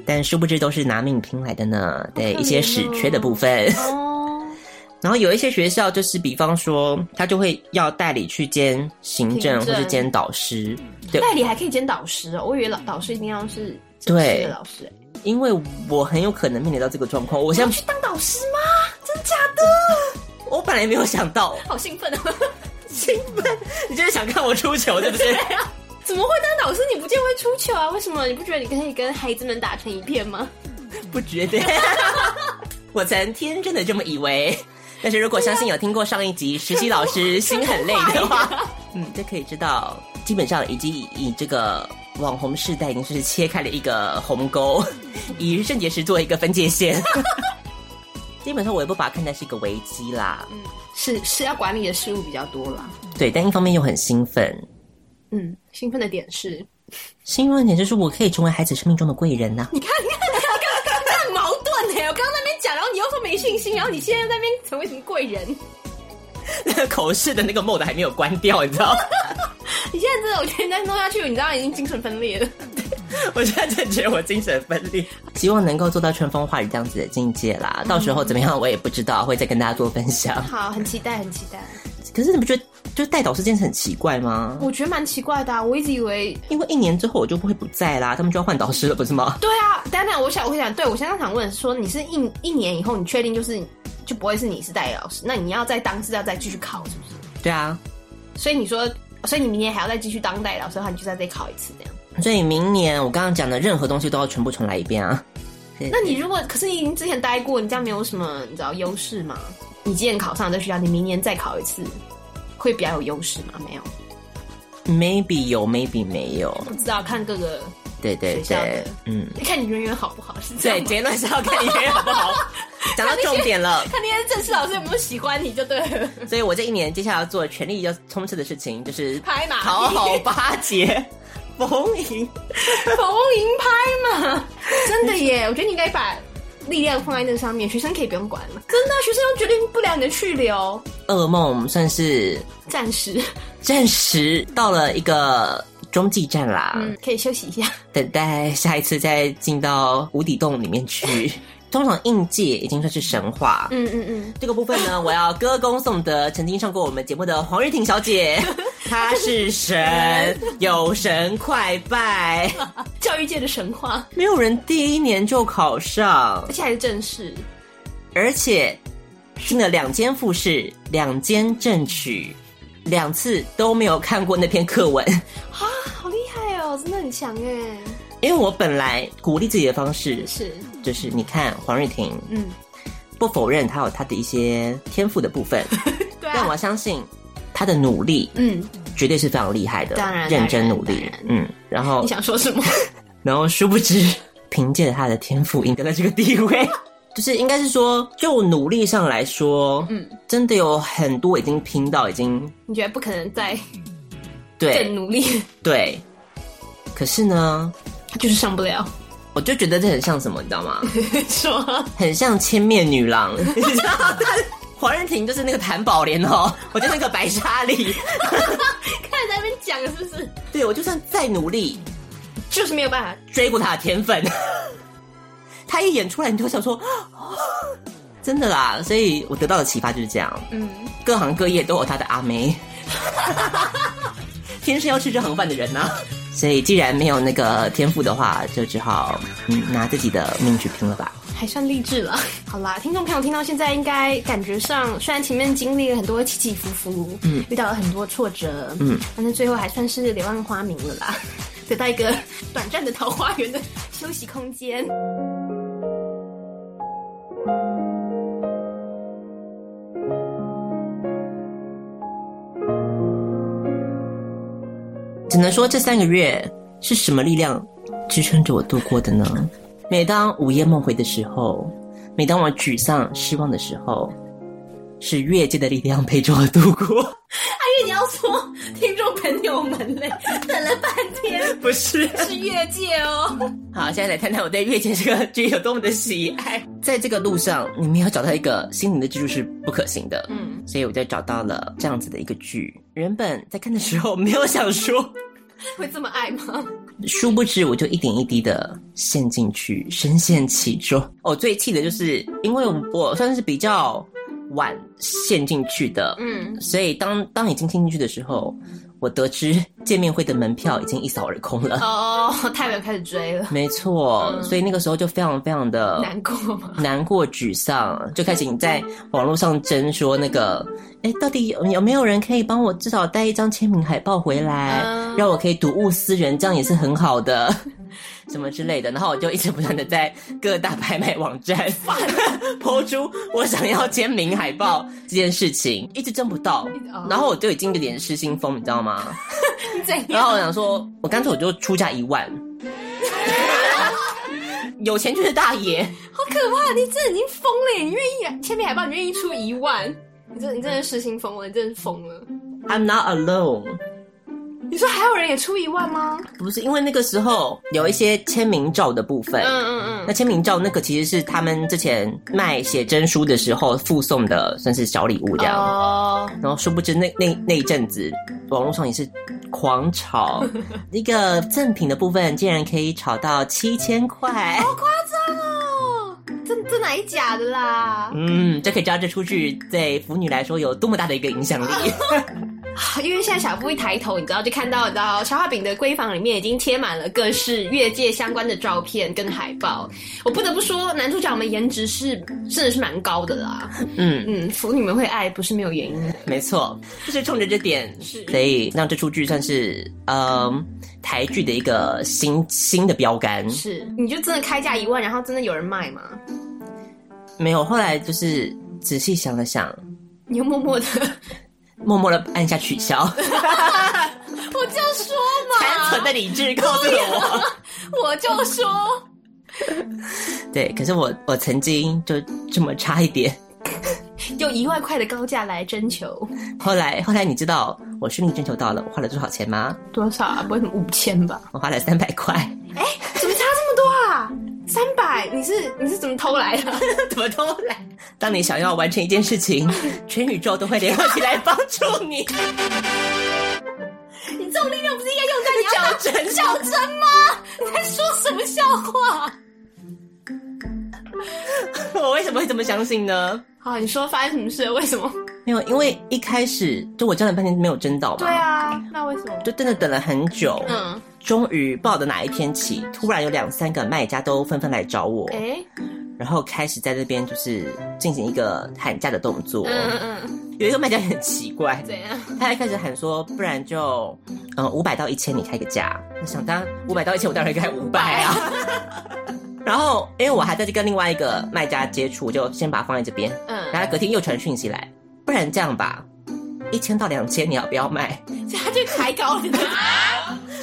但殊不知都是拿命拼来的呢。对，一些死缺的部分。
哦，
然后有一些学校就是，比方说，他就会要代理去兼行政
行
或
政
是兼导师，对，
代理还可以兼导师哦，我以为老导师一定要是正式
对
的老师。
因为我很有可能面临到这个状况。我现
要
在
去当导师吗？真假的？
我本来没有想到，
好兴奋啊！
你就是想看我出糗，对不 对？
怎么会当导师？你不见会出糗啊？为什么？你不觉得你可以跟孩子们打成一片吗？
不觉得， 我曾天真的这么以为。但是如果相信有听过上一集实习老师心很累的话，嗯，就可以知道，基本上已经以以这个网红世代已经是切开了一个鸿沟，以肾结石做一个分界线。基本上我也不把它看待是一个危机啦，
是是要管理的事物比较多啦。
对，但一方面又很兴奋，
嗯，兴奋的点是，
兴奋的点就是我可以成为孩子生命中的贵人呐、
你看，你看，你看，刚刚刚很矛盾呢。我刚刚那边讲，然后你又说没信心，然后你现在在那边成为什么贵人？
那个口试的那个 mode 还没有关掉，你知道？
你现在真的，我觉得你再弄下去，你知道已经精神分裂了。
我现在真觉得我精神分裂，嗯希望能够做到春风化雨这样子的境界啦。到时候怎么样我也不知道，会再跟大家做分享。
好，很期待，很期待。
可是你不觉得就是带导师这件事很奇怪吗？
我觉得蛮奇怪的、啊，我一直以为。
因为一年之后我就不会不在啦，他们就要换导师了，不是吗？
对啊，丹丹，我想，我想，对我现在想问说，你是一一年以后，你确定就是就不会是你是代理老师？那你要在当时要再继续考，是不是？
对啊，
所以你说，所以你明年还要再继续当代理老师的话，你就再再考一次这样。
所以明年我刚刚讲的任何东西都要全部重来一遍啊。
那你如果可是你已经之前待过，你这样没有什么你知道优势吗？你今年考上这学校，你明年再考一次，会比较有优势吗？没有，
maybe 有，maybe 没有，
不知道看各个，
对对
学校
对
的，
嗯，
看你人缘好不好，是
对，
这样吗
结论是要看你人好不 好。讲到重点 了，
看那些正式老师有没有喜欢你就对了。
所以我这一年接下来要做全力要冲刺的事情就是
拍马屁
讨好巴结， 逢迎。
逢迎拍 嘛，真的耶！我觉得你应该把力量放在那上面，学生可以不用管了。真的，啊学生又决定不了你的去留，
噩梦算是
暂时，
暂时到了一个中继站啦，
嗯，可以休息一下。
等待下一次再进到无底洞里面 去。通常应届已经算是神话。
嗯嗯嗯，
这个部分呢，我要歌功颂德，曾经上过我们节目的黄玉婷小 姐，她是神，有神快 拜，
教育界的神话，
没有人第一年就考上
而，且还是正式，
而且进了两间复试，两间正取，两次都没有看过那篇课文。
好厉害哦，真的很强哎。
因为我本来鼓励自己的方式
是，
就是，你看黄瑞婷
嗯，
不否认她有她的一些天赋的部分，
对
但
啊，
我相信她的努力
嗯，
绝对是非常厉害的，
当然
认真
当然
努力，嗯，然后
你想说什 么？
然后殊不知凭借着她的天赋赢得了这个地 位。就是应该是说，就努力上来说，嗯
嗯，
真的有很多已经拼到已经
你觉得不可能再
对
更努力，
对，可是呢，
就是上不了。
我就觉得这很像什么，你知道吗？
说
很像千面女郎， 你知道吗？黄仁婷就是那个谭宝莲哦，我就那个白沙莉，
看你在那边讲是不是？
对我就算再努力
就是没有办法，
追过她的天分， 她一演出来，你就会想说， 啊真的啦。所以我得到的启发就是这样，嗯，各行各业都有她的阿妹， 天生要吃这行饭的人呐、所以既然没有那个天赋的话，就只好嗯拿自己的命去拼了吧。
还算励志 了。好啦，听众朋友听到现在，应该感觉上虽然前面经历了很多起起伏伏，嗯，遇到了很多挫折，嗯，但是最后还算是柳暗花明了啦， 得到一个短暂的桃花源的休息空间。
只能说这三个月是什么力量支撑着我度过的呢？每当午夜梦回的时候，每当我沮丧失望的时候，是越界的力量陪着我度过。
因为你要说听众朋友们 嘞，等了半天
不是，
是越界哦。
好，现在来谈谈我对月界这个剧有多么的喜爱。在这个路上，你没有找到一个心灵的支柱是不可行的。嗯，所以我就找到了这样子的一个剧。原本在看的时候没有想说，
会这么爱吗？
殊不知，我就一点一滴的陷进去，深陷其中。哦，最气的就是，因为我算是比较晚陷进去的，
嗯，
所以当当已经陷进去的时候，我得知见面会的门票已经一扫而空了。
哦，太晚开始追了，
没错，所以那个时候就非常非常的
难过吗？
难过、沮丧，就开始你在网络上争说那个，哎，到底有有没有人可以帮我至少带一张签名海报回来，
嗯
让我可以睹物思人，这样也是很好的， 什么之类的。然后我就一直不断的在各大拍卖网站 抛出我想要签名海报这件事情，一直争不到
哦，
然后我就已经有点失心疯，你知道吗？
怎
然
样？
后我想说，我干脆我就出价一万，有钱就是大爷。
好可怕！你这已经疯了耶！你愿意签名海报，你愿意出一万？你这你真的是失心疯了，你真的是疯了！
I'm not alone。
你说还有人也出一万吗？
不是因为那个时候有一些签名照的部分，
嗯嗯
那签名照那个其实是他们之前卖写真书的时候附送的，算是小礼物这
嗯。
样。
哦，
然后殊不知那那那一阵子，网络上也是狂炒， 一个赠品的部分竟然可以炒到七千块，
夸张哦！这这哪一假的啦？
嗯，这可以知道这出剧对腐女来说有多么大的一个影响 力。
啊因为现在小布一抬头，你知道就看到，你知道消化饼的闺房里面已经贴满了各式越界相关的照片跟海报。我不得不说，男主角们颜值是真的是蛮高的 啦。
嗯，
嗯，腐女们会爱不是没有原因的。
没错，就是冲着这点，
是
所以让这出剧算是嗯台剧的一个新新的标杆。
是，你就真的开价一万，然后真的有人卖吗？
没有，后来就是仔细想了想，
你又默默的，
默默的按下取消，
我就说
残存
嘛，
的理智告诉了
啊我就说，
我。 对，可是我我曾经就这么差一点。
用一万块的高价来征求
后来后来你知道我顺利征求到了，我花了多少钱吗？
多少啊？不会什么五千吧？
我花了三百块，
怎么差这么多啊？三百？你是你是怎么偷来的？
怎么都来。当你想要完成一件事情，全宇宙都会联合起 来帮助你。
你这种力量不是应该用在你要当真较真吗？你在说什么笑话？
我为什么会这么相信呢？
好，你说发生什么事了？为什么？
没有，因为一开始就我争了半天没有争到嘛。
对。啊，那为什么？
就真的等了很久，
嗯，
终于不知道的哪一天起，突然有两三个卖家都纷纷来找我，
哎、
然后开始在这边就是进行一个喊价的动作。
嗯嗯嗯，
有一个卖家很奇怪，
怎样？
他一开始喊说，不然就嗯五百到一千你开个价。我想当五百到一千，我当然开五百 啊。然后因为我还在跟另外一个卖家接触，我就先把它放在这边。
嗯
然后隔天又传讯息来，不然这样吧，一千到两千你要不要卖？
他就抬 高了。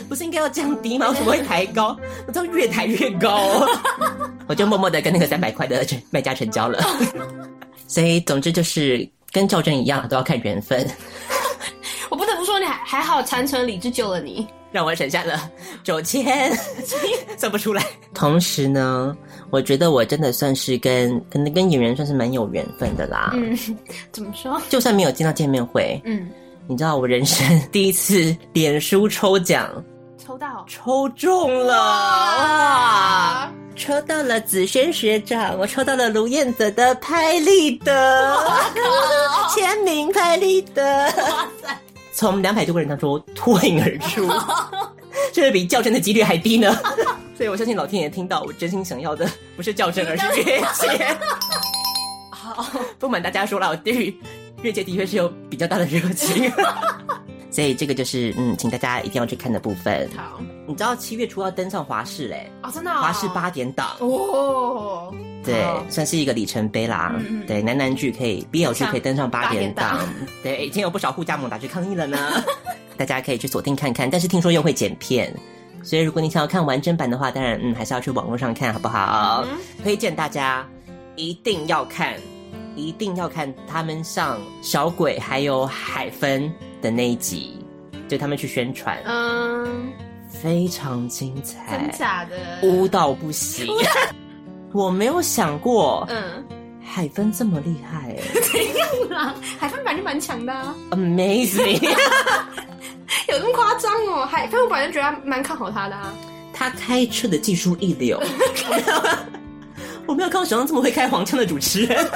不是应该要降低 吗？为什么会抬高？我知道越抬越高、 我就默默的跟那个三百块的 卖家成交了。所以总之就是跟较真一样，都要看缘分。
我不得不说，你还还好，残存理智救了你。
让我省下了九千，算不出来。同时呢，我觉得我真的算是跟可能跟演员算是蛮有缘分的啦。
嗯，怎么说？
就算没有见到见面会，
嗯，
你知道我人生 第一次脸书抽奖
抽到
抽中了哇！
啊！
抽到了子轩学长，我抽到了卢燕泽的拍立得，签名拍立得， 从两百多个人当中脱颖而出，这是比较真的几率还低呢。所以我相信老天爷听到我真心想要的不是较真，而是越界。
好，
不瞒大家说啦，我对于越界的确是有比较大的热 情。所以这个就是嗯，请大家一定要去看的部分。
好，
你知道七月初要登上华视嘞，
哦，真的、
华视八，点档，
哦，
对
好，
算是一个里程碑啦。
嗯嗯
对，男男剧可以 BL 剧可以登上八点
八
档
点，
对，已经有不少护家盟打去抗议了 呢。大家可以去锁定看看，但是听说又会剪片，所以如果你想要看完整版的话，当然嗯，还是要去网络上看，好不好？
嗯
推荐大家一定要看，一定要看他们上小鬼还有海芬的那一集，就他们去宣传，
嗯，
非常精彩，
真假的，
污到不行。 我没有想过，
嗯，
海芬这么厉害、
不啦，海分版就蛮强的、啊，
a m a z i n g
有那么夸张哦？海分我本来就觉得蛮看好他的啊，
他开车的技术一 流，我没有看到小张这么会开黄腔的主持人。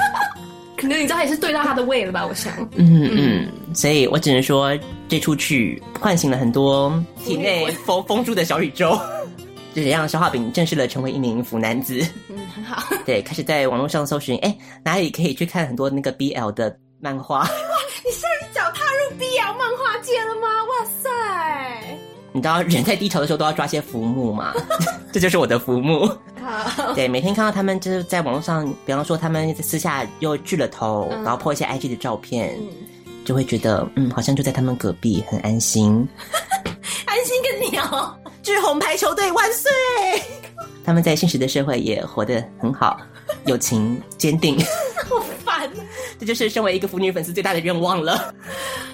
可能你知道也是对到他的胃了吧？我想，
嗯嗯，所以我只能说这出剧唤醒了很多体内封封住的小宇宙，这也让消化饼正式的成为一名腐男子。
嗯，很好，
对，开始在网络上搜寻，哎，哪里可以去看很多那个 BL 的漫画？
你算是脚踏入 BL 漫画界了吗？哇塞，
你知道人在低潮的时候都要抓些浮木 嘛，这就是我的浮木。
好，
对，每天看到他们就是在网络上，比方说他们私下又聚了头，
嗯
然后 po 一些 IG 的照片，
嗯，
就会觉得嗯，好像就在他们隔壁，很安心。
安心哦个鸟，
巨红排球队万岁！他们在现实的社会也活得很好，友情坚定，
好 烦，
这就是身为一个腐女粉丝最大的愿望了。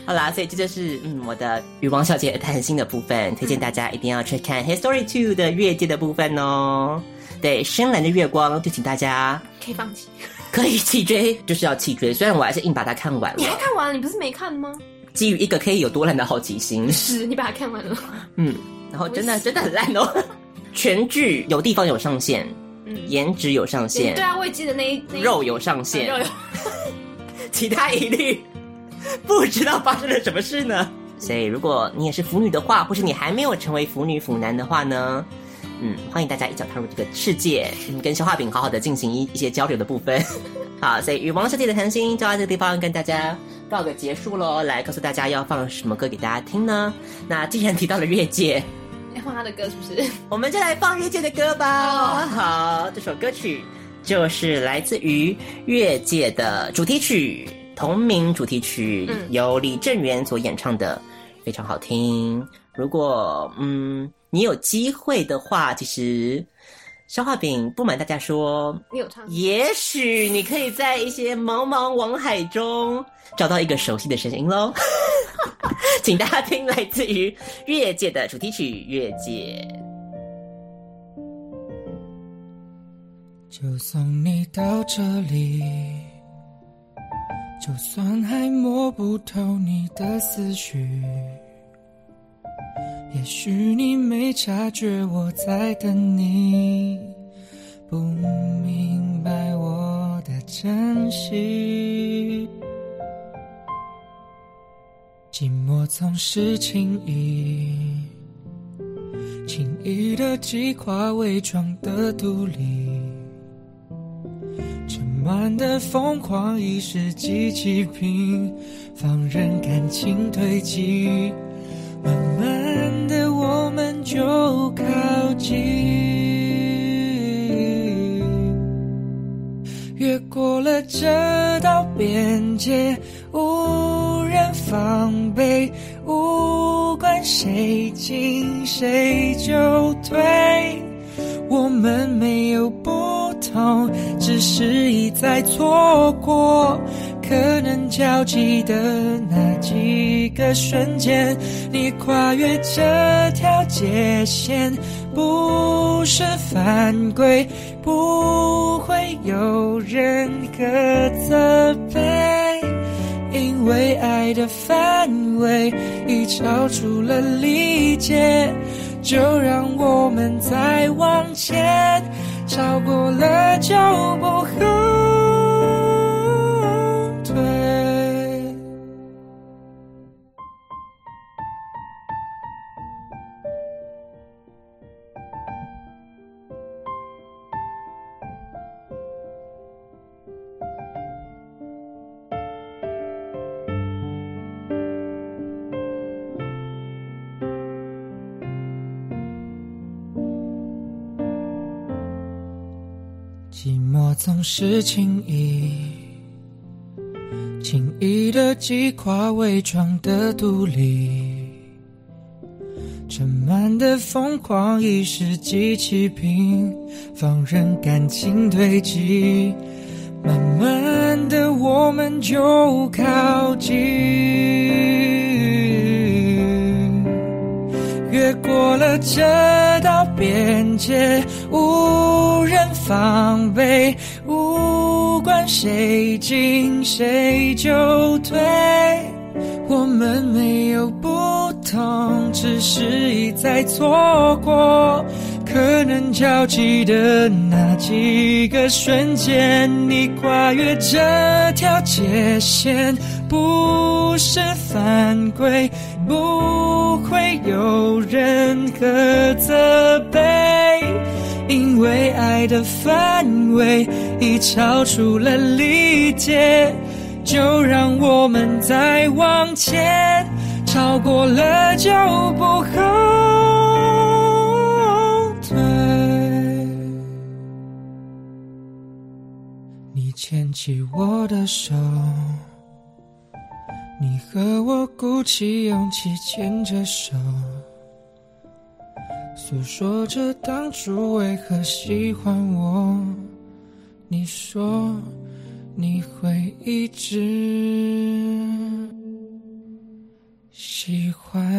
好啦，所以这就是嗯我的与王小姐谈心的部分，
嗯
推荐大家一定要去看《History Two》的越界的部分哦。对，深蓝的月光就请大家
可以放弃。
可以弃追，就是要弃追。虽然我还是硬把它看完
你还
了，
看完了？你不是没看吗？
基于一个可以有多烂的好奇心，
是，你把它看完了。
嗯，然后真的真的很烂哦。全剧有地方有上限，
嗯，
颜值有上限
对，啊，我也记得那一那一
肉有上
嗯
限
肉，有，
其他一律不知道发生了什么事呢。所以，如果你也是腐女的话，或是你还没有成为腐女腐男的话呢，嗯，欢迎大家一脚踏入这个世界，嗯、跟消化饼好好的进行一一些交流的部分。 好，所以与王小姐的谈心就到这个地方跟大家告个结束喽。来告诉大家要放什么歌给大家听呢？那既然提到了越界，
要放他的歌是不是？
我们就来放越界的歌吧。哦好，这首歌曲就是来自于越界的主题曲，同名主题曲，
嗯
由李正元所演唱的，非常好听。如果嗯你有机会的话，其实消化饼不瞒大家说，
你有唱？
也许你可以在一些茫茫网海中找到一个熟悉的声音喽。 请大家听来自于越界的主题曲《越界》。
就送你到这里，就算还摸不透你的思绪，也许你没察觉我在等你，不明白我的珍惜。寂寞总是轻易，轻易的击垮伪装的独立。盛满的疯狂一时激起平，放任感情堆积，慢慢的我们就靠近，越过了这道边界，无人防备，无关谁进谁就退。我们没有不同，只是一再错过可能交集的那几个瞬间。你跨越这条界限，不是犯规，不会有任何责备。因为爱的范围已超出了理解，就让我们再往前，超过了就不后退。寞总是轻易。轻易的击垮伪装的独立，盛满的疯狂一时激起平凡人感情堆积，慢慢的我们就靠近，越过了这道边界，无人防备，无管谁进谁就退。我们没有不同，只是一再错过。可能交集的那几个瞬间，你跨越这条界限，不是犯规，不会有任何责备。因为爱的范围已超出了理解，就让我们再往前，超过了就不后退。你牵起我的手，你和我鼓起勇气牵着手。诉说着当初为何喜欢我，你说你会一直喜欢